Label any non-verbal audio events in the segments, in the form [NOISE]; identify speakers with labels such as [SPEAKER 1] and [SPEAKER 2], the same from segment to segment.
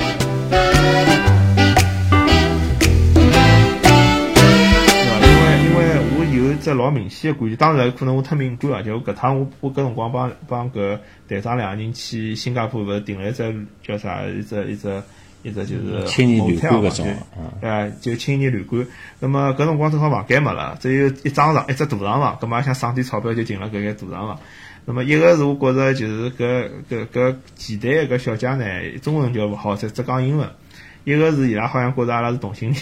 [SPEAKER 1] 嗯
[SPEAKER 2] 只老明显个关系。当然可能我太敏感啊，就搿趟我我搿辰光帮帮搿队长两个人去新加坡，勿是订了一只叫啥一只一只一只就是
[SPEAKER 1] 青年嗯旅馆
[SPEAKER 2] 嘛，
[SPEAKER 1] 搿
[SPEAKER 2] 就
[SPEAKER 1] 种
[SPEAKER 2] 对
[SPEAKER 1] 嗯
[SPEAKER 2] 伐？呃就青年旅馆。那么搿辰光正好房间没了，只有一张床一只大床房，葛末也想省点钞票就订了搿个大床房。那么一个是我觉着就是搿搿搿前台搿小姐呢，中文叫勿好，只只讲英文。一个是伊拉好像觉着阿拉是同性恋，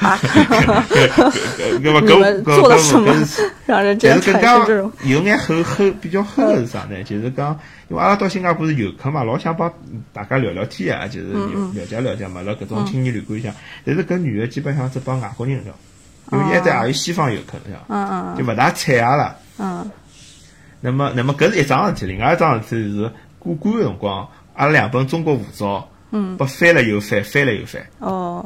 [SPEAKER 3] 啊，
[SPEAKER 2] [LAUGHS] 搿么
[SPEAKER 3] 你
[SPEAKER 2] 搿
[SPEAKER 3] 们
[SPEAKER 2] 搿
[SPEAKER 3] 做了
[SPEAKER 2] 搿
[SPEAKER 3] 什么
[SPEAKER 2] 搿是
[SPEAKER 3] 让人 [LAUGHS] 这
[SPEAKER 2] 但
[SPEAKER 3] 样
[SPEAKER 2] 是
[SPEAKER 3] 产
[SPEAKER 2] 更
[SPEAKER 3] 生
[SPEAKER 2] 加
[SPEAKER 3] 这种
[SPEAKER 2] 有眼后后比较后的是啥呢？就是讲，因为阿拉到新加坡是游客嘛，老想帮大家聊聊天啊，就是
[SPEAKER 3] 嗯
[SPEAKER 2] 了了解了解嘛，辣搿种青年旅馆里向。但是搿女的基本上只帮啊外国人聊，因为现在也有西方游客，晓得伐？
[SPEAKER 3] 哦嗯
[SPEAKER 2] 就勿大睬阿拉。
[SPEAKER 3] 嗯
[SPEAKER 2] 那么，那么搿是一桩事体，另外一桩事体是过关个辰光，阿拉两本中国护照，
[SPEAKER 3] 嗯
[SPEAKER 2] 被翻了又翻，翻了又翻。
[SPEAKER 3] 哦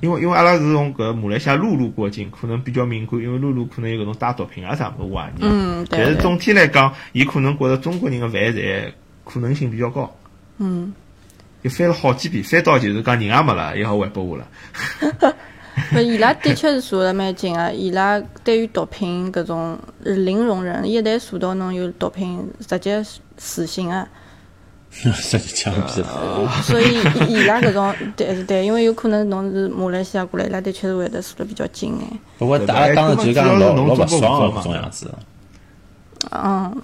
[SPEAKER 2] 因为因为阿拉是从搿马来西亚陆路过境，可能比较敏感，因为陆路可能有搿种带毒品啊啥物事怀疑。
[SPEAKER 3] 嗯对
[SPEAKER 2] 但是
[SPEAKER 3] 对
[SPEAKER 2] 总体来讲，伊可能觉着中国人的犯罪可能性比较高，
[SPEAKER 3] 嗯
[SPEAKER 2] 就翻了好几遍，翻到就是讲人也没了，也好还拨我了。
[SPEAKER 3] 不，伊拉的确是查得蛮紧啊！伊拉对于毒品搿种是零容忍，一旦查到侬有毒品，直接死刑啊！
[SPEAKER 1] [LAUGHS] 实际枪毙了。
[SPEAKER 3] 所以伊伊拉搿种对对，因为有可能侬是马来西亚过来，伊拉的确是会得查得比较紧哎。
[SPEAKER 1] 不过大家当时就讲老老勿爽了，搿种样子。
[SPEAKER 3] 嗯，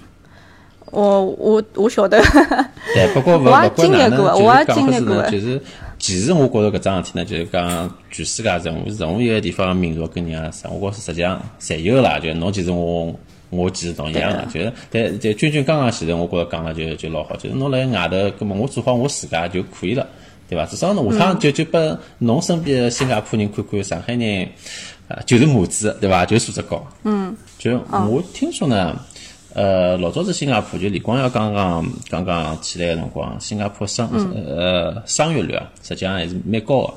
[SPEAKER 3] 我我我晓得， [LAUGHS]
[SPEAKER 1] 对，不过勿勿
[SPEAKER 3] 我也
[SPEAKER 1] 管哪
[SPEAKER 3] 经历过
[SPEAKER 1] 能，就
[SPEAKER 3] 我也
[SPEAKER 1] 是讲
[SPEAKER 3] 经历
[SPEAKER 1] 法子
[SPEAKER 3] 过
[SPEAKER 1] 呢，就是其实我觉着搿桩事体呢，就是讲全世界任何任何一个地方民族跟人家啥，我觉着实际上侪有啦，就是侬其实我。我其实同样个，
[SPEAKER 3] 啊
[SPEAKER 1] 就是，但但君君刚刚其实我觉着讲了就就老好，就是侬辣外头，葛末我做好我自家就可以了，对伐？至少侬下
[SPEAKER 3] 嗯
[SPEAKER 1] 趟就就拨侬身边个新加坡人看看，上海人，啊，就是母子，对伐？就素质高。
[SPEAKER 3] 嗯
[SPEAKER 1] 就
[SPEAKER 3] 哦
[SPEAKER 1] 我听说呢，呃，老早子新加坡就李光耀刚刚刚刚起来个辰光，新加坡生、呃生育率啊，实际上还是蛮高个。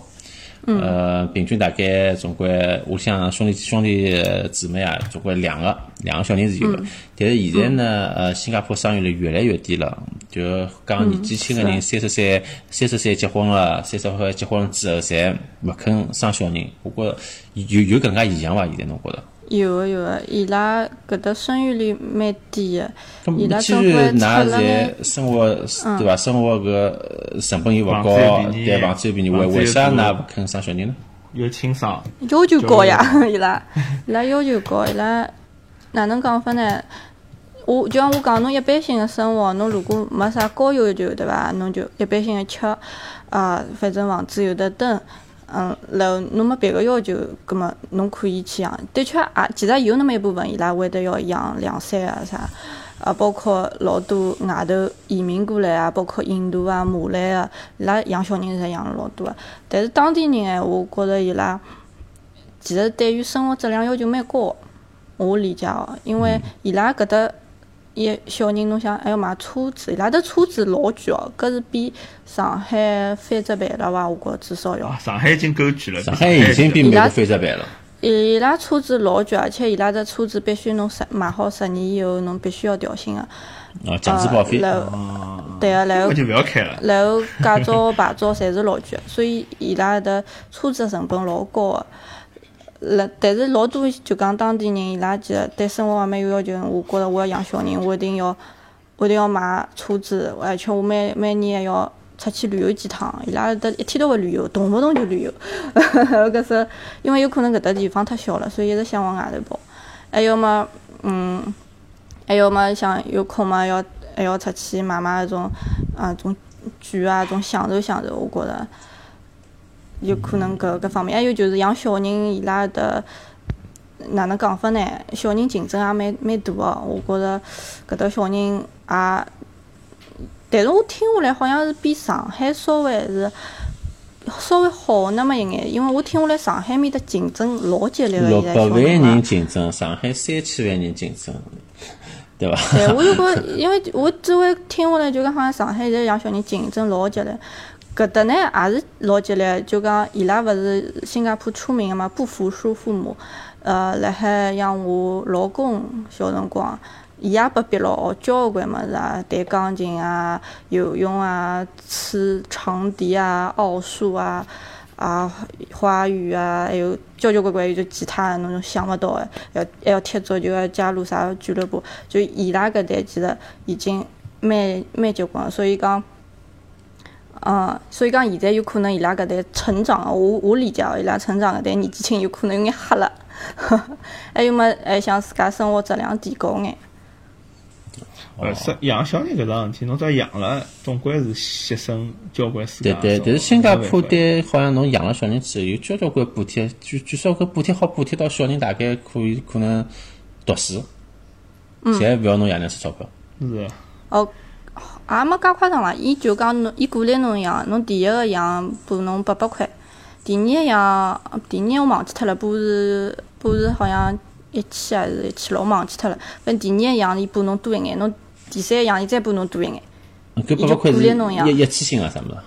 [SPEAKER 1] 呃，平均大概总归屋里向兄弟兄弟呃姊妹啊，总归两个两个小人是有的。但是现在呢，呃，新加坡生育率越来越低了，就讲年纪轻个人三十岁、三十岁结婚了，三十岁结婚之后侪勿肯生小人。我觉着有有搿能介现象伐？现在侬觉着？
[SPEAKER 3] 有个有个，伊拉搿搭生育率蛮低个，伊拉
[SPEAKER 1] 咁既
[SPEAKER 3] 政府还
[SPEAKER 1] 然
[SPEAKER 3] 出了
[SPEAKER 1] 㑚
[SPEAKER 3] 嗯眼
[SPEAKER 1] 现在生活对伐？生活搿呃成本又勿
[SPEAKER 2] 房
[SPEAKER 1] 高，
[SPEAKER 2] 子又便宜
[SPEAKER 1] 对房子又便宜，为
[SPEAKER 2] 房子又
[SPEAKER 1] 为啥
[SPEAKER 2] 多
[SPEAKER 1] 㑚勿肯生小人呢？
[SPEAKER 2] 有清爽，
[SPEAKER 3] 要求高呀， [LAUGHS] 伊拉伊拉要求高，伊拉哪能讲法呢？我就像我讲，侬一般性的生活，侬如果没啥高要求，对伐？侬就一般性的吃，啊，反正房子有得等，嗯，然后侬没别个要求，葛么侬可以去养。的确啊，其实有那么一部分伊拉会得要养两三啊啥，啊，包括老多外头移民过来啊，包括印度啊、马来啊，伊拉养小人侪养了老多啊。但是当地人哎，我觉着伊拉。其实对于生活质量要求蛮高，我理解哦，因为
[SPEAKER 1] 嗯
[SPEAKER 3] 伊拉搿搭一小人侬想还要买车子，伊拉的车子老贵哦，搿是比上海翻只倍了伐？我觉着至少要
[SPEAKER 1] 啊
[SPEAKER 2] 哇，。上海已经够贵了。
[SPEAKER 1] 上海已经比美
[SPEAKER 3] 伊
[SPEAKER 1] 国
[SPEAKER 3] 拉
[SPEAKER 1] 翻十倍了。
[SPEAKER 3] 伊拉车子老贵，而且伊拉的车子必须侬十买好十年以后，侬必须要调新个。呃
[SPEAKER 1] 啊，强制报废，啊
[SPEAKER 3] 然后对个，然后
[SPEAKER 2] 那就不要开了。
[SPEAKER 3] 然后驾照、牌照侪是老贵的，所以伊拉的车子成本老高的。了，但是老多就讲当地人，伊拉其实对生活方面有要求。我觉着我要养小人，我一定要，我一定要买车子，而且我每每年还要出去旅游几趟。伊拉搿搭一天到晚旅游，动不动就旅游。 [LAUGHS] 搿是因为有可能搿搭地方太小了，所以一直想往外头跑。还有么，嗯，还有么想有空嘛，要还要出去买买那种啊种剧啊种享受享受，我觉着有可能搿搿方面，还有就是养小人伊拉的哪能讲法呢？小人竞争也蛮蛮大个，哦我觉着搿搭小人也，但是我听下来好像是比上海稍微是。稍微好那么一眼，因为我听下来上海面的竞争老激烈个，
[SPEAKER 1] 六百
[SPEAKER 3] 现在小
[SPEAKER 1] 万
[SPEAKER 3] 人啊
[SPEAKER 1] 人竞争，上海三千万人竞争，对伐？
[SPEAKER 3] 对，我有个，因为我只会听下来就讲，好像上海现在养小人竞争老激烈，搿搭呢也是老激烈。就讲伊拉勿是新加坡出名个嘛，不服输父母。呃，辣海像我老公小辰光，伊也被逼牢学交关物事啊，弹钢琴啊、游泳啊、吹长笛啊、奥数啊。啊花语啊，还有交交关关有就其他的侬种想勿到的，还要还要踢足球，要加入啥俱乐部，就伊拉搿代其实已经蛮蛮结棍了，所以讲。嗯，所以讲现在有可能伊拉搿代成长，我我理解哦，伊拉成长搿代年纪轻有可能有眼黑了， [LAUGHS] 还有么，还想自家生活质量提高眼。
[SPEAKER 1] 哦
[SPEAKER 2] 呃，是养小人搿桩事体，侬只要养了，总归是牺牲交关啊自
[SPEAKER 1] 对
[SPEAKER 2] 家。
[SPEAKER 1] 对，但是新加坡
[SPEAKER 2] 啊
[SPEAKER 1] 对好像侬养了小人之后，有交交关补贴，据据说搿补贴好补贴到小人大概可以可能读书，
[SPEAKER 3] 嗯
[SPEAKER 1] 侪勿要侬爷娘出钞票。
[SPEAKER 2] 是啊，
[SPEAKER 3] 哦，也没介夸张啦，伊就讲侬，伊鼓励侬养，侬第一个养补侬八百块，第二个养，第二个我忘记脱了，补是补是好像一千还是一千六，忘记脱了。反正第二个养伊补侬多一眼，侬第三个养伊再补侬多一眼，
[SPEAKER 1] 搿八百块
[SPEAKER 3] 伊就鼓励侬
[SPEAKER 1] 是
[SPEAKER 3] 养
[SPEAKER 1] 一一次性啊啥物事啊？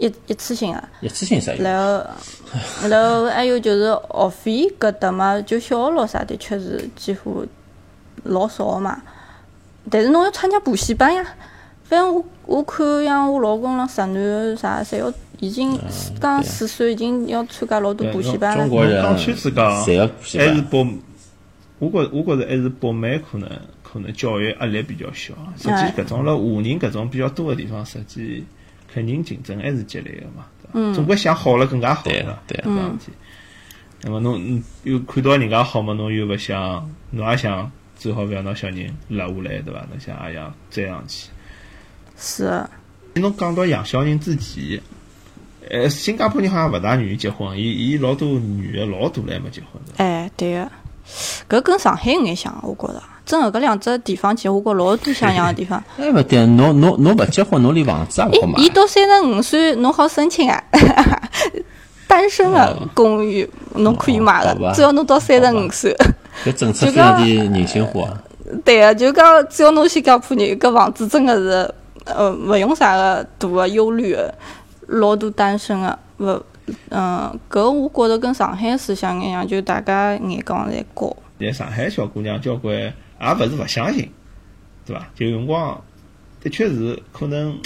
[SPEAKER 3] 一一次性个、啊
[SPEAKER 1] 一次性啥意思？
[SPEAKER 3] 然后，然后还有就是学费搿搭嘛，就小学咯啥的确是几乎老少的嘛。但是侬要参加补习班呀，反正我我看像我老公了侄女啥侪要已经刚
[SPEAKER 1] 对
[SPEAKER 3] 四岁已经要参加老多
[SPEAKER 2] 对
[SPEAKER 3] 补习
[SPEAKER 2] 侬
[SPEAKER 3] 班
[SPEAKER 1] 啊中
[SPEAKER 3] 了。
[SPEAKER 1] 国人
[SPEAKER 2] 刚去自哎家
[SPEAKER 1] 侪要补习
[SPEAKER 2] 还是
[SPEAKER 1] 班。
[SPEAKER 2] 北，我觉我觉着还是北美可能可能教育压力比较小。啊实际
[SPEAKER 3] 哎
[SPEAKER 2] 搿种辣华人搿种比较多的地方，实际肯定竞争还是激烈的嘛。嗯，总归想好了更加好
[SPEAKER 1] 对啊
[SPEAKER 2] 嘛。
[SPEAKER 1] 对
[SPEAKER 3] 嗯
[SPEAKER 2] 搿桩事体。那么侬嗯又看到人家好嘛，侬又勿想，侬也想最好勿要拿小人落下来，对伐？侬想也想追上去。
[SPEAKER 3] 是啊的，
[SPEAKER 2] 侬讲到养小人之前，呃，新加坡人好像勿大愿意结婚，伊伊老多女的老大了还没结婚的。
[SPEAKER 3] 哎，对个、搿跟上海有眼像，我觉着。真的，搿两只地方其实我觉老多想养的地方。
[SPEAKER 1] 哎，勿对，侬侬侬勿结婚，侬连房子也勿好买
[SPEAKER 3] 伊。到三十五岁，侬好申请啊。 [LAUGHS] 单身的公寓，侬可以买
[SPEAKER 1] 哦好吧
[SPEAKER 3] 的，只要侬到三十五岁。 [LAUGHS]
[SPEAKER 1] 搿政策非常的人性化啊。
[SPEAKER 3] 对啊，就讲只要侬新加坡人，搿房子真的是，呃，勿用啥个大个忧虑的，老多单身的，勿，嗯，搿我觉着跟上海思想一样，就大家眼光侪高。
[SPEAKER 2] 在上海小姑娘交关也勿是勿相信，对伐？就有辰光的确是可能，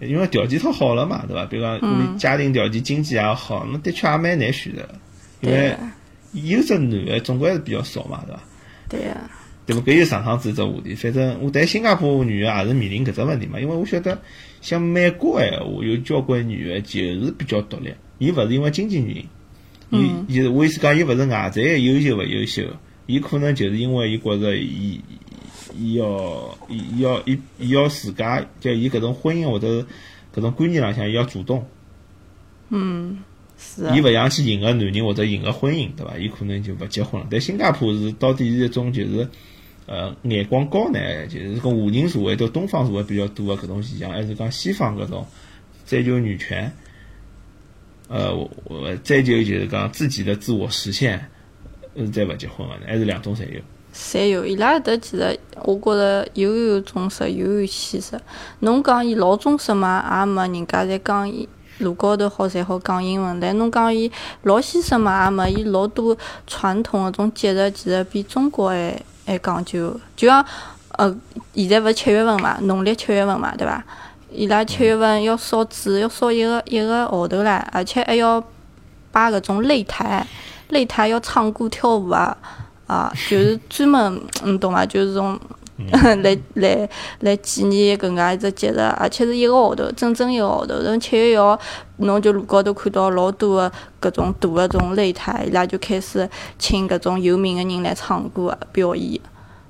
[SPEAKER 2] 因为条件太好了嘛，对伐？比如讲屋里家庭条件、经济也好，那的确也蛮难选择的，因为
[SPEAKER 3] 对啊
[SPEAKER 2] 优质男的总归是比较少嘛，对伐？
[SPEAKER 3] 对啊，
[SPEAKER 2] 对伐？搿又上趟子一只话题，反正我对新加坡女的也是面临搿只问题嘛，因为我晓得像美国闲话，有交关女的就是比较独立，伊勿是因为经济原因，伊伊是我意思讲，伊勿是外在的优秀勿优秀，伊可能就是因为伊觉着伊伊要伊伊要伊伊要自家，就伊搿种婚姻或者是搿种观念浪向，伊要主动，
[SPEAKER 3] 是啊
[SPEAKER 2] 伊，勿想去迎合男人或者迎合婚姻，对伐？伊可能就勿结婚了。但新加坡是到底是一种就是呃眼光高呢，就是跟华人社会对东方社会比较多的搿种现象，还是讲西方搿种追求女权，呃，我我追求就是讲自己的自我实现，呃，再勿结婚个呢，还是两种侪有。
[SPEAKER 3] 侪有，伊拉搿搭其实我觉着又有中式又有西式。侬讲伊老中式嘛，也没人家侪讲伊路高头好侪好讲英文，但侬讲伊老西式嘛，也没伊老多传统个种节日，其实比中国还还讲究。就像呃，现在勿是七月份嘛，农历七月份嘛，对伐？伊拉七月份要烧
[SPEAKER 2] 嗯
[SPEAKER 3] 纸，要烧一个一个号头唻，而且还要摆搿种擂台，擂台要唱歌跳舞啊。啊，就是专门，你懂伐？啊就是种
[SPEAKER 2] 嗯
[SPEAKER 3] [LAUGHS] 来来来纪念搿能介一只节日，啊而且是一个号头，整整一个号头。然后七月一号，侬就路高头看到老多个搿种大个种擂台，伊拉就开始请搿种有名个人来唱歌啊表演。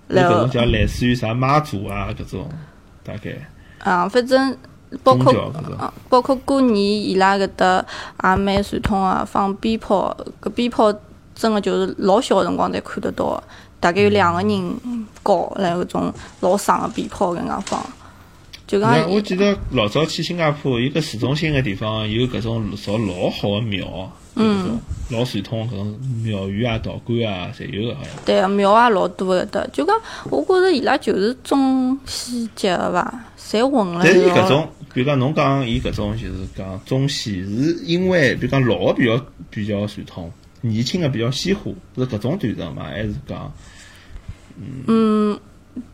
[SPEAKER 2] 有
[SPEAKER 3] 然
[SPEAKER 2] 搿
[SPEAKER 3] 后
[SPEAKER 2] 种叫类似于啥妈祖啊搿种，大概
[SPEAKER 3] 啊，反正包
[SPEAKER 2] 宗
[SPEAKER 3] 括
[SPEAKER 2] 教搿种。
[SPEAKER 3] 包括过年伊拉搿搭也蛮传统个，放鞭炮，搿鞭炮真个就是老小个辰光才看得到的，大
[SPEAKER 2] 嗯
[SPEAKER 3] 概有两个人高，然后搿种老爽个鞭炮搿能介放，就讲
[SPEAKER 2] 那我记得老早去新加坡，伊个市中心个地方有搿种造老好个庙，嗯，老传统搿种庙宇啊、道观啊，侪有个好像。
[SPEAKER 3] 对个庙也老多搿搭，就讲我觉着伊拉就是中西结合伐，侪混了
[SPEAKER 2] 但是伊
[SPEAKER 3] 一道
[SPEAKER 2] 搿种，比如讲侬讲伊搿种就是讲中西，是因为比如讲老个比较比较传统，年轻个比较西化，是搿种传承嘛，还是讲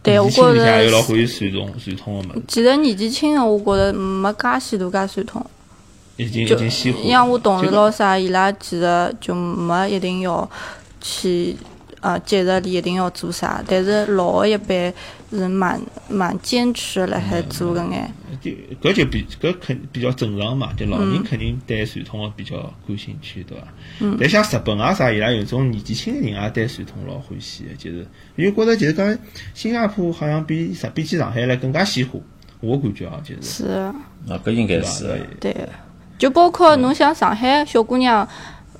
[SPEAKER 3] 对我
[SPEAKER 2] 年
[SPEAKER 3] 觉
[SPEAKER 2] 轻里向有老
[SPEAKER 3] 着。
[SPEAKER 2] 欢喜传统传统个物事？
[SPEAKER 3] 其实年纪轻个，我觉着没介许多介传统，
[SPEAKER 2] 已经已
[SPEAKER 3] 就
[SPEAKER 2] 经鲜活。
[SPEAKER 3] 像我同事
[SPEAKER 2] 就
[SPEAKER 3] 咯啥，伊拉其实就没一定要去呃节日里一定要做啥，但是老的一辈是蛮蛮坚持的辣海做搿眼。
[SPEAKER 2] 就搿就比搿肯比较正常嘛，就老人肯定对传统个比较感兴趣，对伐？嗯。但像日本啊啥，伊拉有种年纪轻个人也对传统老欢喜个，就是因为觉着就是讲新加坡好像比上比起上海来更加鲜活，我感觉啊，
[SPEAKER 3] [LAUGHS]
[SPEAKER 2] 就是
[SPEAKER 3] 是，
[SPEAKER 1] 啊，搿应该
[SPEAKER 2] 对伐
[SPEAKER 1] 是
[SPEAKER 2] 对
[SPEAKER 1] 的
[SPEAKER 3] 对，就包括侬像上海小姑娘，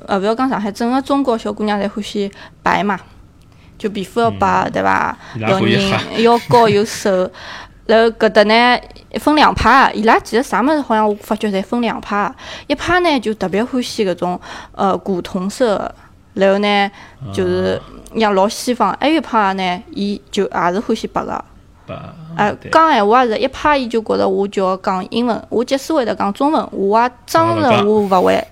[SPEAKER 3] 呃，勿要讲上海，整个中国小姑娘侪欢喜白嘛，就皮肤要白，对伐？
[SPEAKER 2] 伊拉
[SPEAKER 3] 要
[SPEAKER 2] 欢喜
[SPEAKER 3] 人要高
[SPEAKER 2] [LAUGHS]
[SPEAKER 3] 又瘦。然后呃搿搭呢分两派，啊伊拉其实啥物事好像我发觉侪分两派，啊一派呢就特别欢喜搿种呃古铜色的，然后呢就是
[SPEAKER 2] 啊
[SPEAKER 3] 像老西方，还有一派呢，伊就也是欢喜白啊个。
[SPEAKER 2] 吧？
[SPEAKER 3] 哎，
[SPEAKER 2] 嗯对呃
[SPEAKER 3] 讲闲话也是一派，伊就觉着我就要讲英文，我即使会得讲中文，我啊也装着我勿会，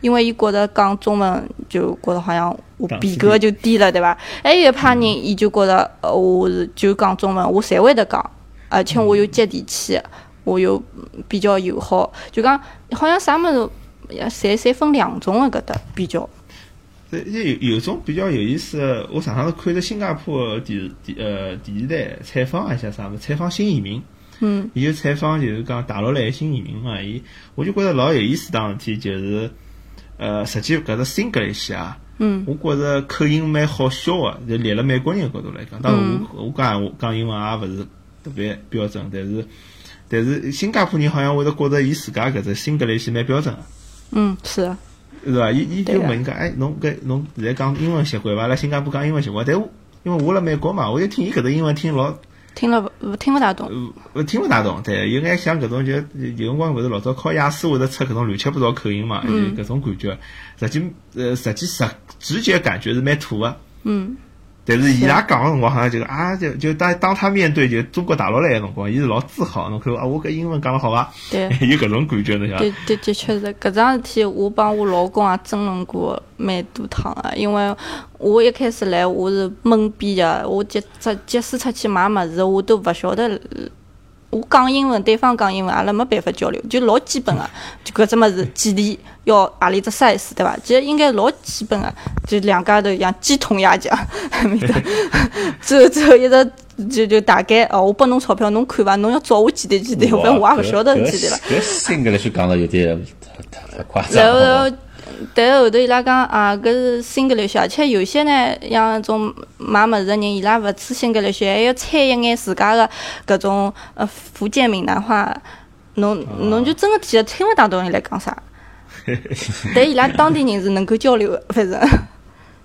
[SPEAKER 3] 因为伊觉着讲中文就觉着好像我
[SPEAKER 2] 档次
[SPEAKER 3] 逼格就低了，对伐？还有一派人，伊就觉着呃我是就讲中文，我侪会得讲，而且我又接地气，我又比较友好，就讲好像啥物事呃侪侪分两种的搿搭比较，
[SPEAKER 2] 这这有有种比较有意思的，我上趟是看着新加坡的电视电呃电视台采访一下啥么，采访新移民，
[SPEAKER 3] 嗯，
[SPEAKER 2] 伊就采访就是讲大陆来的新移民嘛，伊我就觉着老有意思桩事体，就是呃实际搿只性格一些啊，
[SPEAKER 3] 嗯，
[SPEAKER 2] 我觉着口音蛮好笑的，就立了美国人的角度来讲，当然
[SPEAKER 3] 嗯
[SPEAKER 2] 我我讲闲话讲英文也勿是特别标准，但是但是新加坡人好像会得觉着伊自家搿只性格来些蛮标准的。
[SPEAKER 3] 嗯，是的，
[SPEAKER 2] 是吧？伊伊
[SPEAKER 3] 对
[SPEAKER 2] 就
[SPEAKER 3] 啊
[SPEAKER 2] 问人家，哎，侬搿侬现在讲英文习惯伐？辣新加坡讲英文习惯，但我因为我辣美国嘛，我就听伊搿种英文听老
[SPEAKER 3] 听了勿听勿大懂，
[SPEAKER 2] 呃我听勿大懂。对，有眼像搿种就有辰光勿是老早考雅思会得出搿种乱七八糟口音嘛，就
[SPEAKER 3] 嗯
[SPEAKER 2] 搿种感觉。实际呃，实际实直觉感觉是蛮土个。
[SPEAKER 3] 嗯，
[SPEAKER 2] 但是伊拉讲个辰光，好像就啊，就就当当他面对就中国大陆来个辰光，伊是老自豪，侬看啊，我搿英文讲了好伐？
[SPEAKER 3] 对。
[SPEAKER 2] [LAUGHS] 有搿种感觉，侬想
[SPEAKER 3] 的的的确是，搿桩事体我帮我老公也争论过蛮多趟啊，因为我一开始来我是懵逼的，我即即即使出去买物事，我都勿晓得。呃我讲英文，对方讲英文，阿拉没办法交流，就老基
[SPEAKER 1] [LAUGHS]
[SPEAKER 3] 本个、就搿只物事，几钿要何里只 size，对伐？其实应该老基本个、就两家头像鸡同鸭讲，没得。
[SPEAKER 1] [LAUGHS]
[SPEAKER 3] 最后最后一直就就大概哦，我拨侬钞票，侬看伐？侬要找我几钿几钿，
[SPEAKER 1] 哇
[SPEAKER 3] 反正我也勿晓得
[SPEAKER 1] 搿
[SPEAKER 3] 几钿了。
[SPEAKER 1] 搿性格来说讲了有点太太太夸张
[SPEAKER 3] 然后，然
[SPEAKER 1] 了
[SPEAKER 3] 后，但后头伊拉讲啊，搿是新格力学，而且有些呢，像那种买物事的人，伊拉勿吃新格力学，还要掺一眼自家的搿种呃福建闽南话，侬侬就真个其实听勿大懂伊拉讲啥。但伊拉当地人是能够交流的，反正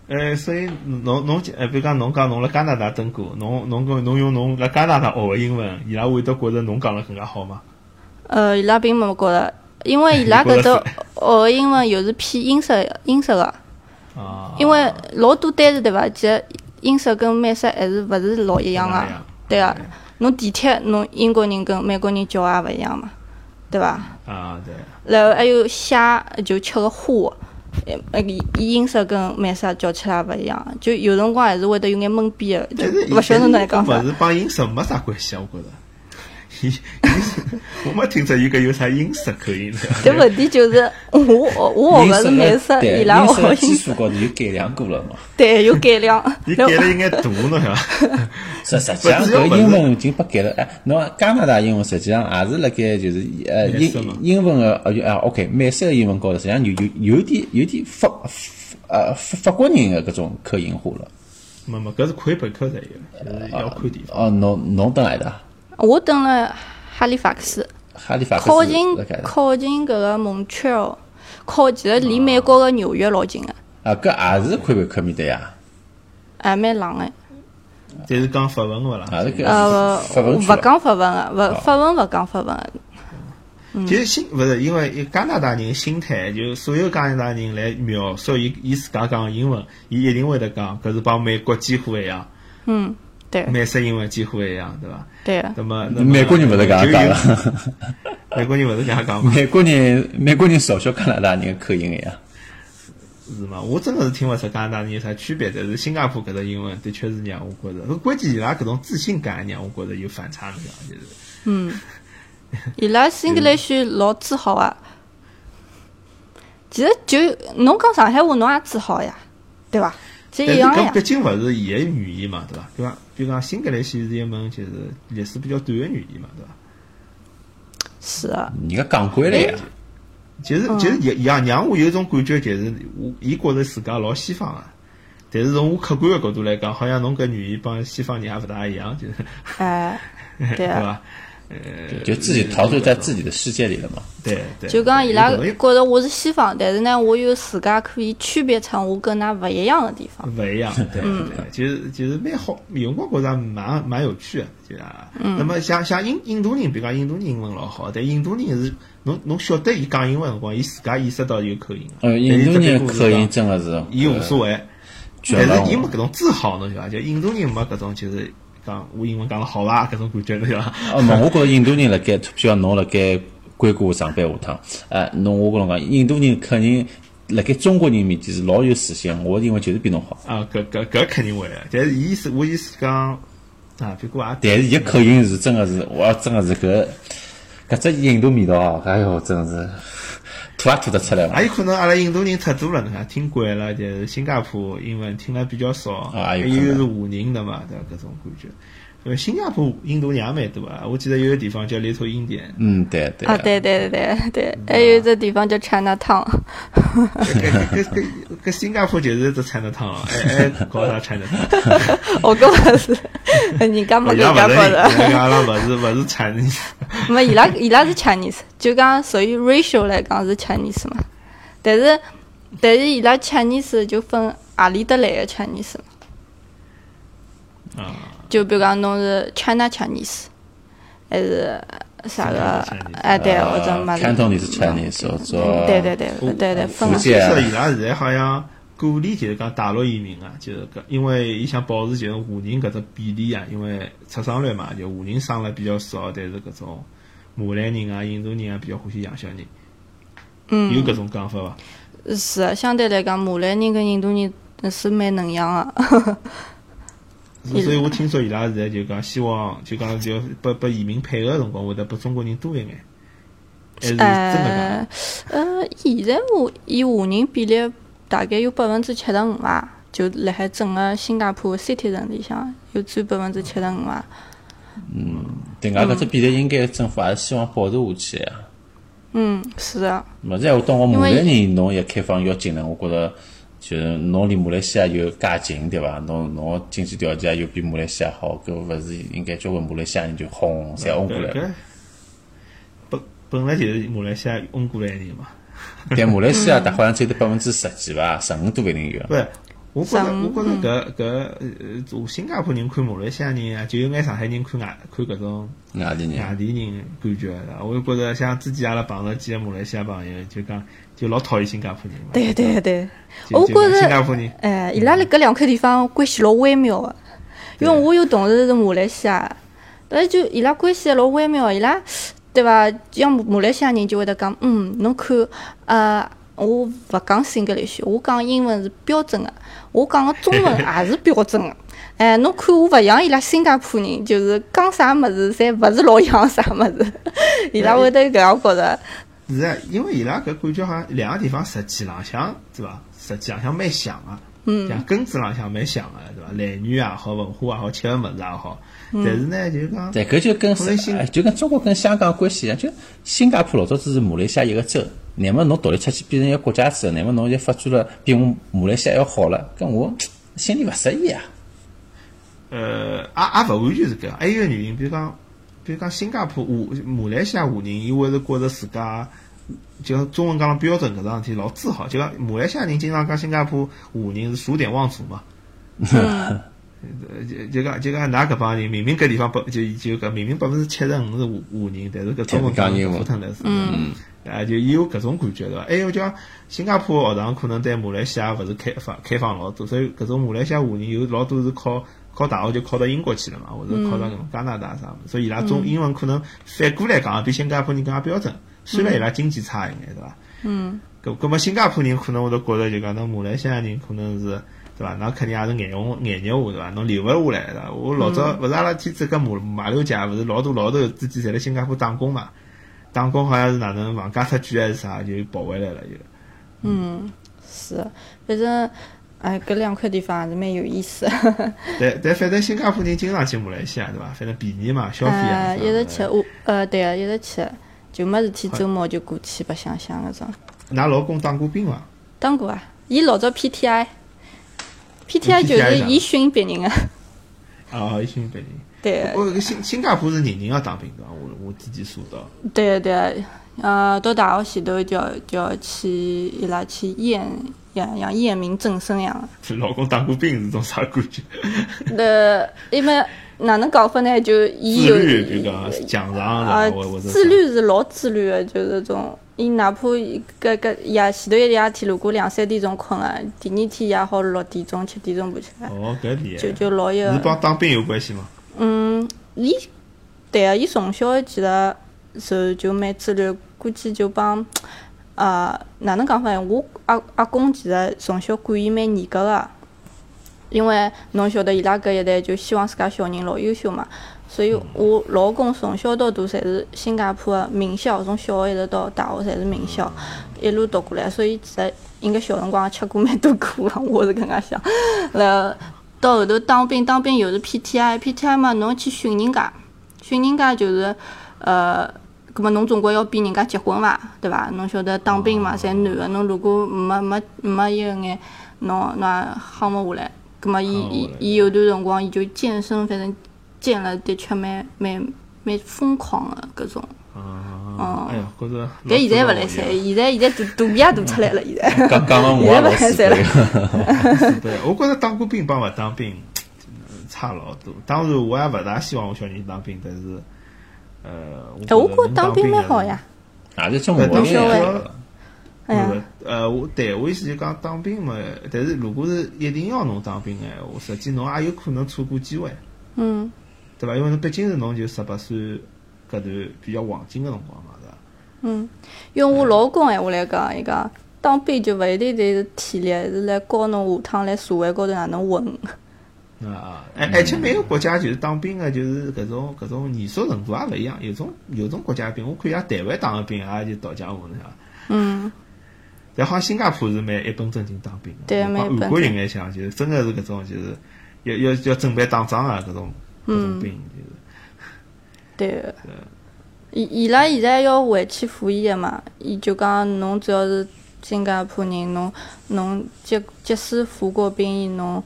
[SPEAKER 2] 呃，所以侬侬呃，比如讲侬讲侬辣加拿大蹲过，侬侬跟侬用侬辣加拿大学个英文，伊拉会得觉着侬讲了更加好嘛？
[SPEAKER 3] 呃，伊拉并没觉着，因为伊拉搿
[SPEAKER 2] 觉
[SPEAKER 3] 搭
[SPEAKER 2] 得
[SPEAKER 3] 学英文又是偏英式英式个。
[SPEAKER 2] 啊，
[SPEAKER 3] 因为老多单词对伐？其实英式跟美式还是勿是老一样啊
[SPEAKER 2] 不大一
[SPEAKER 3] 个、
[SPEAKER 2] 样
[SPEAKER 3] 对个、
[SPEAKER 2] 对
[SPEAKER 3] 侬地铁侬英国人跟美国人叫也勿一样嘛，对伐？
[SPEAKER 2] 啊对，
[SPEAKER 3] 然后还有虾就吃个虾，呃，伊伊英式跟美式叫起来也勿一样，就有辰光还是会得有眼懵逼个，就
[SPEAKER 2] 但是
[SPEAKER 3] 勿晓得侬在讲啥
[SPEAKER 2] 勿。是帮音色没啥关系啊，我觉着。 [LAUGHS] 伊伊是我没听着伊搿有啥音色口音
[SPEAKER 3] [LAUGHS]
[SPEAKER 2] 的。
[SPEAKER 3] 但问题就是我学
[SPEAKER 1] 英
[SPEAKER 3] 我学个是美式
[SPEAKER 1] 式，对
[SPEAKER 3] 伊拉
[SPEAKER 1] 英式
[SPEAKER 3] 学
[SPEAKER 1] 的
[SPEAKER 3] 英
[SPEAKER 1] 基础，
[SPEAKER 3] 式
[SPEAKER 1] 高头有改良过了嘛？
[SPEAKER 3] 对，有改良。
[SPEAKER 2] 伊
[SPEAKER 3] 然
[SPEAKER 2] 改
[SPEAKER 3] 后
[SPEAKER 2] 了一眼大，侬晓得伐？
[SPEAKER 1] 实实际上，
[SPEAKER 2] 不只要
[SPEAKER 1] 搿
[SPEAKER 2] 勿是
[SPEAKER 1] 英文已经被改了。哎，侬加拿大英文实际上也是辣盖就是呃
[SPEAKER 2] 美
[SPEAKER 1] 英
[SPEAKER 2] 式嘛
[SPEAKER 1] 英文个呃就啊 OK 美式个英文高头实际上有有有点有点法法呃法法国人个搿种口音化了。
[SPEAKER 2] 没没，搿是魁北克才有，就是要看地方。
[SPEAKER 1] 哦，侬侬等来的
[SPEAKER 3] 我等了哈利法克斯。
[SPEAKER 1] 哈利法克斯
[SPEAKER 3] 靠近
[SPEAKER 1] 辣盖的
[SPEAKER 3] 靠近搿个蒙特利尔，靠其实离美国个纽约老近个，
[SPEAKER 1] 啊，搿也是魁北克面对啊呀，
[SPEAKER 3] 也蛮冷个。
[SPEAKER 2] 但是讲法文个勿啦？
[SPEAKER 1] 也是搿
[SPEAKER 3] 呃，
[SPEAKER 1] 法文啊区
[SPEAKER 3] 勿
[SPEAKER 1] 了
[SPEAKER 3] 讲法文个，勿法文勿讲法文啊个。
[SPEAKER 2] 其实新勿是因为加拿大人心态，就所有加拿大人来描述伊伊自家讲个英文，伊一定会得讲，搿是帮美国几乎一样，
[SPEAKER 3] 嗯，对
[SPEAKER 2] 美式英文几乎一样，对伐？
[SPEAKER 3] 对啊个，
[SPEAKER 2] 那么那么
[SPEAKER 1] 美国人勿是搿样讲 [LAUGHS]
[SPEAKER 2] 就有
[SPEAKER 1] 了，
[SPEAKER 2] 美国人勿是搿样讲嘛，
[SPEAKER 1] 美国人美国人嘲笑加拿大人的口音个呀。
[SPEAKER 2] 是嘛？我真个是听勿出加拿大人有啥区别，但是新加坡搿只英文的确是让我觉着，关键伊拉搿种自信感让我觉着有反差侬晓得伐就是。
[SPEAKER 3] 嗯，伊拉新格兰区老自豪啊，其实就侬讲上海话，侬也只好呀，对伐？这
[SPEAKER 2] 但
[SPEAKER 3] 一
[SPEAKER 2] 是
[SPEAKER 3] 样的
[SPEAKER 2] 搿
[SPEAKER 3] 呀
[SPEAKER 2] 毕。竟勿是伊个语言嘛，对伐？对伐？比如讲新格兰语是一门就是历史比较短个语言嘛，对伐？
[SPEAKER 3] 是啊，
[SPEAKER 1] 人家讲惯了呀，
[SPEAKER 2] 其实
[SPEAKER 3] 嗯
[SPEAKER 2] 其实也也让我有一种感觉，就是我伊觉着自家老西方个、啊但是从我客观个角度来讲，好像侬搿语言帮西方人也勿大一样，就是
[SPEAKER 3] 哎，对
[SPEAKER 2] 对
[SPEAKER 3] 啊。
[SPEAKER 2] 伐？
[SPEAKER 1] 就自己陶醉在自己的世界里了嘛。
[SPEAKER 2] 对对，
[SPEAKER 3] 就讲伊拉
[SPEAKER 2] 有
[SPEAKER 3] 觉着我是西方，但是呢，我有自家可以区别出我跟㑚勿一样的地方。
[SPEAKER 2] 勿一样， [LAUGHS] 对对，其实其实蛮好，有辰光觉着蛮蛮有趣的，就是啊。那么像像印印度人，比如讲印度人英文老好，但印度人是侬侬晓得伊讲英文的辰光，伊自家意识到有口音了。啊
[SPEAKER 1] 呃，
[SPEAKER 2] 但
[SPEAKER 1] 印
[SPEAKER 2] 是
[SPEAKER 1] 度
[SPEAKER 2] 只
[SPEAKER 1] 人
[SPEAKER 2] 不过是
[SPEAKER 1] 口音
[SPEAKER 2] 讲
[SPEAKER 1] 真的是，
[SPEAKER 2] 伊无所谓，
[SPEAKER 1] 绝
[SPEAKER 2] 但
[SPEAKER 1] 了
[SPEAKER 2] 是伊没搿
[SPEAKER 1] 我。
[SPEAKER 2] 种自豪，侬晓得伐？就印度人没搿种就是讲我英文讲了好伐 [LAUGHS] 搿种感觉，侬晓得伐？
[SPEAKER 1] 哦，没，我觉着印度人辣盖，譬如讲侬辣盖硅谷上班下趟，哎，侬我跟侬讲，印度人肯定辣盖中国人面前是老有实现，我的英文就是比侬好，
[SPEAKER 2] 啊，搿搿搿肯定会的，但是伊意思我意思讲啊，不过也
[SPEAKER 1] 但是伊口音是真的是，哇，真的是搿搿只印度味道啊，哎哟，真的是吐也吐得出来嘛。
[SPEAKER 2] 也有哎可能阿拉印度人太多了，侬看听惯了，就是新加坡英文听了比较少，
[SPEAKER 1] 啊
[SPEAKER 2] 还
[SPEAKER 1] 有
[SPEAKER 2] 有
[SPEAKER 1] 可能
[SPEAKER 2] 是华人的嘛，对伐？搿种感觉。呃，新加坡印度人也蛮多啊，我记得有个地方叫 Little India，
[SPEAKER 1] 嗯，对对
[SPEAKER 3] 啊，对对对对对，还有一只地方叫 China Town，
[SPEAKER 2] 搿搿搿搿搿新加坡就是只产得汤了，哎哎，搞啥产得
[SPEAKER 1] [LAUGHS]
[SPEAKER 2] 汤？
[SPEAKER 3] 我根本是 [LAUGHS] 人家没
[SPEAKER 2] 伊
[SPEAKER 3] 搿
[SPEAKER 2] 拉
[SPEAKER 3] 家
[SPEAKER 2] 勿
[SPEAKER 3] 觉
[SPEAKER 2] 是，
[SPEAKER 3] 着，
[SPEAKER 2] 人家阿拉勿是勿是产，
[SPEAKER 3] 没伊拉伊拉是 Chinese，就讲属于 racial 来讲是 Chinese 嘛，但是但是伊拉 Chinese 就分阿里搭来的 Chinese 嘛，
[SPEAKER 2] 啊，
[SPEAKER 3] 就比如讲侬是 China Chinese，还是啥个
[SPEAKER 2] Chinese，
[SPEAKER 3] 哎对或者么
[SPEAKER 1] 呃，
[SPEAKER 3] 子
[SPEAKER 1] 看懂你是 Chinese，或者
[SPEAKER 3] 对对对对对，分
[SPEAKER 2] 我
[SPEAKER 3] 了。
[SPEAKER 2] 听
[SPEAKER 1] 啊
[SPEAKER 2] 说伊拉现在好像鼓励就是讲大陆移民啊，就是搿，因为伊想保持就是华人搿只比例啊，因为出生率嘛，就华人生了比较少，但是搿种马来人啊、印度人啊比较欢喜养小人，
[SPEAKER 3] 嗯
[SPEAKER 2] 有搿种讲法伐？
[SPEAKER 3] 是啊相对来讲，马来人跟印度人是蛮能养的。
[SPEAKER 2] 所所以我听说伊拉现在就讲希望就讲就拨拨移民配额辰光会得拨中国人多一眼，还是真个
[SPEAKER 3] 呃呃，现在我以华人比例大概有百分之七十五伐，就辣海整个新加坡 city 城里向有占百分之七十五伐。
[SPEAKER 1] 对，外搿只比例应该政府也是希望保持下去啊呀。
[SPEAKER 3] 嗯，是的，
[SPEAKER 1] 么子闲话，当我
[SPEAKER 3] 因
[SPEAKER 1] 马
[SPEAKER 3] 为
[SPEAKER 1] 来人侬一开放要进来，我觉着就是侬离马来西亚又介近，对伐？侬侬经济条件又比马来西亚好，搿勿是应该交关马来西亚人就轰侪轰过来了。
[SPEAKER 2] 搿本本来就是马来西亚翁过来的人嘛。
[SPEAKER 1] 但马来西亚大好像只有得百分之十几伐，十五都勿一定有。
[SPEAKER 2] 不是，我觉着
[SPEAKER 3] 上
[SPEAKER 2] 我觉着
[SPEAKER 3] 嗯
[SPEAKER 2] 搿搿呃，做新加坡人看马来西亚人啊，就有眼上海人看外看搿种
[SPEAKER 1] 外地人
[SPEAKER 2] 外地人感觉的。我就觉着像之前阿拉碰着几个马来西亚朋友，就讲就老讨厌新加坡人嘛。
[SPEAKER 3] 对对对，
[SPEAKER 2] 就，
[SPEAKER 3] 我
[SPEAKER 2] 就讲
[SPEAKER 3] 觉
[SPEAKER 2] 新加坡
[SPEAKER 3] 着
[SPEAKER 2] 人，
[SPEAKER 3] 哎，伊拉辣搿两块地方关系老微妙的，因为我有同事是马来西亚，但是就伊拉关系老微妙，伊拉对伐？像马来西亚人就会得讲，嗯，侬看，呃，我勿讲 Singlish，我讲英文是标准的，我讲个中文也是标准的。哎，侬看我勿像伊拉新加坡人，就是讲啥物事侪勿是老像啥物事，伊拉会得搿样觉着。
[SPEAKER 2] 是啊，因为伊拉搿感觉好像两个地方实际浪向对伐？实际浪向蛮像个。嗯，像根子浪向蛮像个，对伐？来源也好，文化也好，吃个物事也好，
[SPEAKER 3] 嗯
[SPEAKER 2] 但是呢，就是讲
[SPEAKER 1] 对，搿就跟
[SPEAKER 2] 可能新
[SPEAKER 1] 哎就跟中国跟香港关系一样，就新加坡老早子是马来西亚一个州，乃末侬独立出去变成一个国家之后，乃末侬就发展了比我马来西亚要好了，跟我心里勿适意啊。
[SPEAKER 2] 呃，也也勿完全是搿样，还有一个原因，比如讲，比如讲新加坡、华马来西亚华人，伊会是觉着自家就像中文讲了标准搿桩事体老自豪，就讲马来西亚人经常讲新加坡华人是数典忘祖嘛。
[SPEAKER 3] 嗯
[SPEAKER 1] [LAUGHS]
[SPEAKER 2] 呃就就讲就讲，㑚搿帮人明明搿地方百就就搿明明百分之七十五是华华人，但是搿中文
[SPEAKER 1] 讲
[SPEAKER 2] 讲
[SPEAKER 1] 英
[SPEAKER 2] 是
[SPEAKER 1] 文
[SPEAKER 2] 普通的是，嗯，啊就伊有搿种感觉对伐？还有就讲新加坡学堂可能对马来西亚勿是开放开放老多，所以搿种马来西亚华人有老多是考考大学就考到英国去了嘛，或者考到搿种加拿大啥物事，所以伊拉中英文可能反过来讲比新加坡人更加标准，虽然伊拉经济差一眼对伐？搿搿么新加坡人可能会得觉着就讲，侬马来西亚人可能是对伐？㑚肯定也是眼红眼热我对伐？侬留勿下来对伐？我老
[SPEAKER 3] 嗯
[SPEAKER 2] 早勿是阿拉天子搿马马六甲勿是老多老头之前侪辣新加坡打工嘛？打工好像是哪能房价太贵还是啥，就跑回来了就。
[SPEAKER 3] 嗯，是，反正哎，搿两块地方还是蛮有意思。
[SPEAKER 2] 但但反正新加坡人经常进马来西亚，对伐？反正便宜嘛，消费啊。
[SPEAKER 3] 呃，
[SPEAKER 2] 是
[SPEAKER 3] 一
[SPEAKER 2] 吧
[SPEAKER 3] 直去我呃，对啊，一直去，就没事体周末就过去白相相搿种。
[SPEAKER 2] 㑚老公打过兵伐？
[SPEAKER 3] 当过啊，伊老早 PTI，PTI
[SPEAKER 2] 嗯
[SPEAKER 3] 就
[SPEAKER 2] PTI
[SPEAKER 3] 是
[SPEAKER 2] 上
[SPEAKER 3] 伊训别人个，
[SPEAKER 2] 啊，一群白人。
[SPEAKER 3] 对啊。
[SPEAKER 2] 我新新加坡是人人要打兵的，我我自己数到。
[SPEAKER 3] 对啊个对个，呃，到大学前头就要就要去伊拉去验，像像验明正身一
[SPEAKER 2] [LAUGHS]
[SPEAKER 3] 样。啊
[SPEAKER 2] 老公打过兵是种啥感觉？
[SPEAKER 3] 呃，因为哪能讲法呢？就伊有
[SPEAKER 2] 自律，比如讲奖状
[SPEAKER 3] 啊
[SPEAKER 2] 然后或或，者
[SPEAKER 3] 自律是老自律的，就是种。伊哪怕伊搿搿夜前头一夜天，如果两三点钟困个，第二天也好六点钟、七点钟爬起
[SPEAKER 2] 啥
[SPEAKER 3] 来，
[SPEAKER 2] 哦，搿厉害。
[SPEAKER 3] 就就老有。
[SPEAKER 2] 是帮当兵有关系吗？
[SPEAKER 3] 嗯，伊对啊，伊从小其实就就蛮自律，估计就帮啊哪能讲法呀？我阿阿公其实从小管伊蛮严格个，因为侬晓得伊拉搿一代就希望自家小人老优秀嘛，所以我老公从小到大侪是新加坡个名校，从小学一直到大学侪是名校，一路读过来，所以其实应该小辰光也吃过蛮多苦个，我是搿能介想。然后到后头当兵，当兵又是 PTI，PTI 嘛，侬去训人家，训人家就是呃，葛末侬总归要比人家结棍伐，对伐？侬晓得当兵嘛，侪男个，侬如果没没没一个眼，侬侬也夯勿下来。葛末伊
[SPEAKER 2] 夯勿下
[SPEAKER 3] 伊
[SPEAKER 2] 来
[SPEAKER 3] 伊有段辰光，伊就健身，反正健了的确蛮蛮蛮疯狂个搿种。哦
[SPEAKER 2] 啊，哎呀，觉着老
[SPEAKER 3] 搿现在
[SPEAKER 2] 早
[SPEAKER 3] 勿
[SPEAKER 2] 老
[SPEAKER 3] 来
[SPEAKER 2] 一样
[SPEAKER 3] 塞，现在现在肚肚皮也大出来了，现在。
[SPEAKER 1] 讲讲了我也老
[SPEAKER 3] 现
[SPEAKER 1] 死
[SPEAKER 3] 在不
[SPEAKER 1] 灰
[SPEAKER 3] 来
[SPEAKER 1] 了。
[SPEAKER 2] 对，我觉着当过兵帮勿当兵呃差老多。当然，我也勿大希望我小人当兵，但是，呃，我
[SPEAKER 3] 哎，我
[SPEAKER 2] 觉着
[SPEAKER 3] 觉着
[SPEAKER 2] 能
[SPEAKER 3] 当兵蛮好呀。
[SPEAKER 1] 也啊是种
[SPEAKER 2] 还
[SPEAKER 1] 我
[SPEAKER 2] 是。当
[SPEAKER 1] 的
[SPEAKER 2] 兵
[SPEAKER 3] 小
[SPEAKER 2] 还
[SPEAKER 3] 哎
[SPEAKER 2] 是
[SPEAKER 3] 呀
[SPEAKER 2] 要
[SPEAKER 3] 哎呀
[SPEAKER 2] 勿是，呃，我对我意思就讲当兵嘛，但是如果是一定要侬当兵的闲话，实际侬也有可能错过机会，
[SPEAKER 3] 嗯，
[SPEAKER 2] 对伐？因为侬毕竟是侬就十八岁搿段比较黄金个辰光嘛，是伐？
[SPEAKER 3] 用我老公闲话来讲，伊讲当兵就勿一定得是体力，是来教侬下趟来社会高头哪能混。
[SPEAKER 2] 啊啊，而而且每个国家就是当兵的，就是搿种搿种严肃程度也勿一样。有种有种国家兵，我看像台湾当个兵也就倒江湖呢。
[SPEAKER 3] 嗯，
[SPEAKER 2] 啊但好像新加坡是蛮一本正经当兵的，
[SPEAKER 3] 对蛮一
[SPEAKER 2] 帮
[SPEAKER 3] 本
[SPEAKER 2] 韩国有眼像，就是真的是搿种就是要要要准备打仗啊搿种搿
[SPEAKER 3] 嗯
[SPEAKER 2] 种兵，就是
[SPEAKER 3] 对。伊伊拉现在要回去服役个嘛，伊就讲侬只要是新加坡人，侬侬即即使服过兵役，侬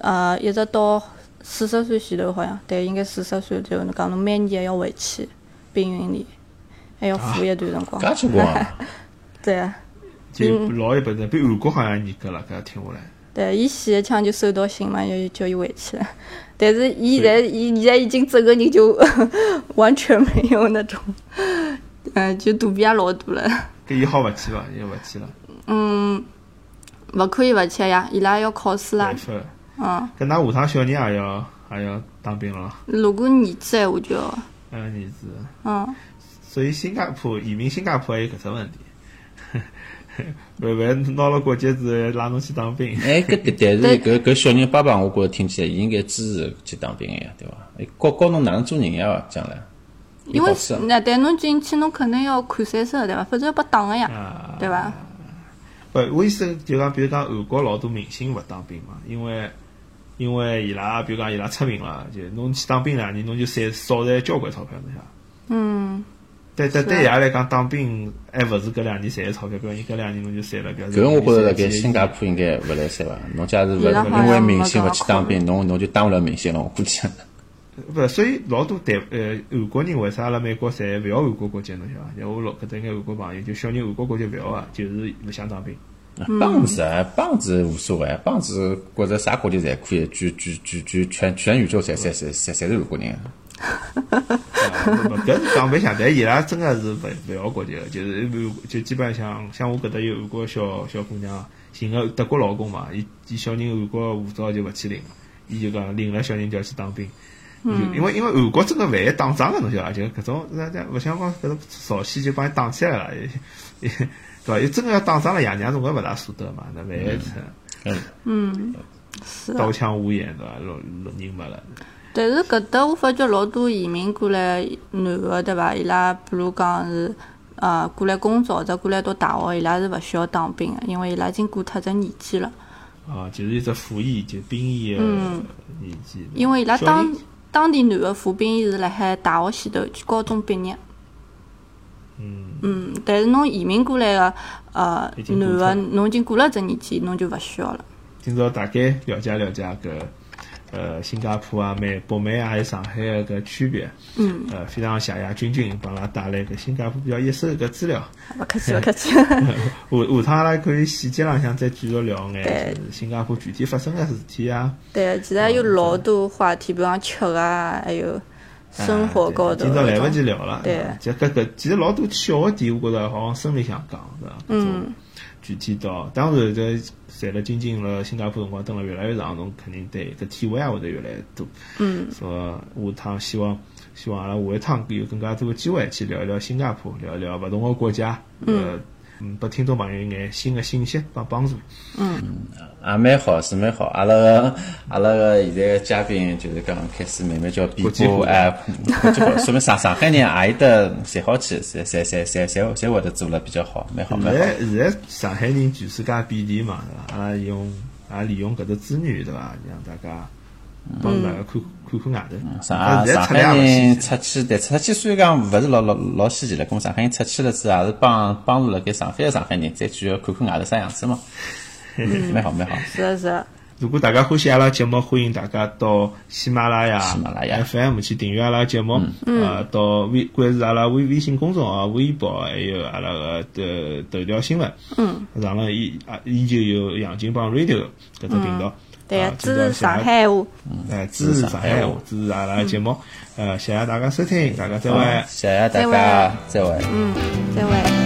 [SPEAKER 3] 呃一直到四十岁前头好像，对，应该四十岁之后，侬讲侬每年还要回去兵营里，还要服一段辰光。
[SPEAKER 1] 介结棍
[SPEAKER 3] [LAUGHS]
[SPEAKER 1] 啊！
[SPEAKER 3] 对啊。
[SPEAKER 2] 就老一本的，比韩国好像严格了，搿样听下来。
[SPEAKER 3] 对，伊死一枪就收到信嘛，就叫伊回去了。但是伊现在，伊现在已经整个人就 [LAUGHS] 完全没有那种， [LAUGHS] 嗯，就肚皮也老大了。
[SPEAKER 2] 搿伊好勿去伐？伊勿去了，
[SPEAKER 3] 嗯，勿可以勿去呀，伊拉要考试啦
[SPEAKER 2] 没。法。
[SPEAKER 3] 嗯，
[SPEAKER 2] 搿㑚下趟小人也要也要当兵了，
[SPEAKER 3] 如果儿子闲话就要，
[SPEAKER 2] 还有儿子。
[SPEAKER 3] 嗯，
[SPEAKER 2] 所以新加坡移民新加坡还有搿只问题， [LAUGHS] 慢慢拿了国籍之后拉侬去当兵。
[SPEAKER 1] 哎，搿搿但是搿搿小人爸爸，我觉着听起来伊应该支持去当兵个呀，对伐？哎教教侬哪能做人呀，将来。
[SPEAKER 3] 因为嗯
[SPEAKER 1] 考试啊
[SPEAKER 3] 那但侬进去侬肯定要看三十的对伐？否则要被打个呀，
[SPEAKER 2] 啊，
[SPEAKER 3] 对伐？
[SPEAKER 2] 不，我意思就讲，比如讲韩国老多明星勿当兵嘛，因为因为伊拉，比如讲伊拉出名了，就侬去当兵两年，侬就赚少赚交关钞票，侬想。
[SPEAKER 3] 嗯，
[SPEAKER 2] 对对
[SPEAKER 3] 是
[SPEAKER 2] 对，伊拉来讲当兵还勿是搿两年赚的钞票，比如讲伊搿两年侬就赚了，比如
[SPEAKER 1] 搿个我觉着辣盖
[SPEAKER 2] 赚
[SPEAKER 1] 新加坡应该勿来三伐？侬假如勿
[SPEAKER 3] 伊拉好像
[SPEAKER 1] 因为
[SPEAKER 3] 没
[SPEAKER 1] 明星
[SPEAKER 3] 搿
[SPEAKER 1] 勿
[SPEAKER 3] 个
[SPEAKER 1] 去
[SPEAKER 3] 考
[SPEAKER 1] 当
[SPEAKER 3] 虑
[SPEAKER 1] 兵，侬侬就当勿了明星了，我估计。啊
[SPEAKER 2] 不，所以老多台呃韩国人为啥辣美国侪勿要韩国国籍？侬晓得伐？像我老搿搭眼韩国朋友，就小人韩国国籍勿要啊，就是勿想当兵。
[SPEAKER 1] [LAUGHS]
[SPEAKER 3] 嗯
[SPEAKER 1] 棒子啊，棒子无所谓，啊棒子觉着啥国籍侪可以，全全全全全全宇宙侪侪侪侪侪是韩国人。
[SPEAKER 2] 啊不搿是讲白相，但伊拉真个是勿勿要国籍个，就是就基本上像我搿搭有韩国小小姑娘，寻个德国老公嘛，伊伊小人韩国护照就勿去领了，伊就讲领了小人就要去当兵。就因为因为韩国真个万一打仗个侬晓得伐？就搿种那那勿像讲搿种朝鲜就帮伊打起来了，也也对伐？伊真个要打仗了，爷娘总归勿大舍得嘛，那万一出
[SPEAKER 1] 嗯，
[SPEAKER 3] 是
[SPEAKER 2] 刀
[SPEAKER 3] 啊。
[SPEAKER 2] 枪无眼对伐？老老人没了，
[SPEAKER 3] 但是搿搭我发觉老多移民过来男个对伐？伊拉比如讲是呃过来工作或者过来读大学，伊拉是勿需要当兵的，因为伊拉已经过脱只年纪了。
[SPEAKER 2] 啊，就是一只服役，就兵役的年纪。
[SPEAKER 3] 因为伊拉
[SPEAKER 2] 小
[SPEAKER 3] 当
[SPEAKER 2] 人
[SPEAKER 3] 当地男个服兵役是辣海大学前头，高中毕业。
[SPEAKER 2] 嗯，
[SPEAKER 3] 嗯，但是侬移民过来个呃
[SPEAKER 2] 已经
[SPEAKER 3] 男
[SPEAKER 2] 过脱
[SPEAKER 3] 个，侬已经过了这年纪，侬就勿需要了。
[SPEAKER 2] 今朝大概了解了解搿呃新加坡啊、美北美啊还有上海的搿区别。
[SPEAKER 3] 嗯，
[SPEAKER 2] 呃，非常谢谢君君帮阿拉带来搿新加坡比较一手搿资料。
[SPEAKER 3] 勿客
[SPEAKER 2] [LAUGHS]
[SPEAKER 3] 气，勿客气。
[SPEAKER 2] 下下趟阿拉可以细节浪向再继续聊眼
[SPEAKER 3] 对，
[SPEAKER 2] 就是新加坡具体发生个事体啊。
[SPEAKER 3] 对，其实还有老多话题，比方吃啊，还有生活高头
[SPEAKER 2] 嗯今
[SPEAKER 3] 搿
[SPEAKER 2] 朝
[SPEAKER 3] 种。
[SPEAKER 2] 来勿及聊了。
[SPEAKER 3] 对
[SPEAKER 2] 啊就搿搿其实老多小个点，我觉着好像生里向讲是吧？嗯。具体到，当然，这随了精进了新加坡辰光，蹲了越来越长，侬肯定对搿体会也会得越来越多。
[SPEAKER 3] 嗯，
[SPEAKER 2] 所以下趟希望希望阿拉下一趟有更加多的机会去聊一聊新加坡，聊一聊勿同个国家，呃，嗯，拨听众朋友一眼新的信息帮帮助。
[SPEAKER 1] 也啊蛮好，是蛮好。阿拉个阿拉个现在个嘉宾就是讲开始慢慢叫变
[SPEAKER 2] 国际化
[SPEAKER 1] 过哎，国际化，说明上上海人也有得侪好去，侪侪侪侪侪侪会得做了比较好，蛮好蛮
[SPEAKER 2] 现
[SPEAKER 1] 好。
[SPEAKER 2] 在现在上海人全世界遍地嘛，对伐？阿拉用也利用搿只资源，对伐？让大家帮大家看
[SPEAKER 1] 嗯
[SPEAKER 2] 看看外头。
[SPEAKER 1] 上
[SPEAKER 2] 啊，现在
[SPEAKER 1] 上
[SPEAKER 2] 出来
[SPEAKER 1] 海
[SPEAKER 2] 也
[SPEAKER 1] 人
[SPEAKER 2] 勿
[SPEAKER 1] 出去，但出去虽然讲勿是老老老稀奇了，咁上海人出去了之后，也是帮帮助了给上海的上海人再继续看看外头啥样
[SPEAKER 2] [LAUGHS]
[SPEAKER 1] 子嘛，蛮好蛮好。
[SPEAKER 3] 是啊的是的，
[SPEAKER 2] 如果大家欢喜阿拉节目，欢迎大家到喜马拉雅、
[SPEAKER 1] 喜马拉雅嗯
[SPEAKER 2] FM 去订阅阿拉节目，
[SPEAKER 3] 嗯
[SPEAKER 2] 呃，到微关注阿拉微微信公众号、啊微博，还有阿拉个呃头条新闻。嗯，上了依啊依旧有杨金帮 Radio 搿只频道。
[SPEAKER 3] 嗯对
[SPEAKER 2] 啊，
[SPEAKER 3] 支
[SPEAKER 2] 今朝谢
[SPEAKER 3] 持
[SPEAKER 2] 谢
[SPEAKER 3] 上海嗯话。
[SPEAKER 2] 呃，支持上海话，支持阿拉个节目，呃，谢谢大家收听，大家再会。
[SPEAKER 1] 谢谢大
[SPEAKER 3] 再
[SPEAKER 1] 家
[SPEAKER 3] 会，
[SPEAKER 1] 再会。
[SPEAKER 3] 嗯，再会。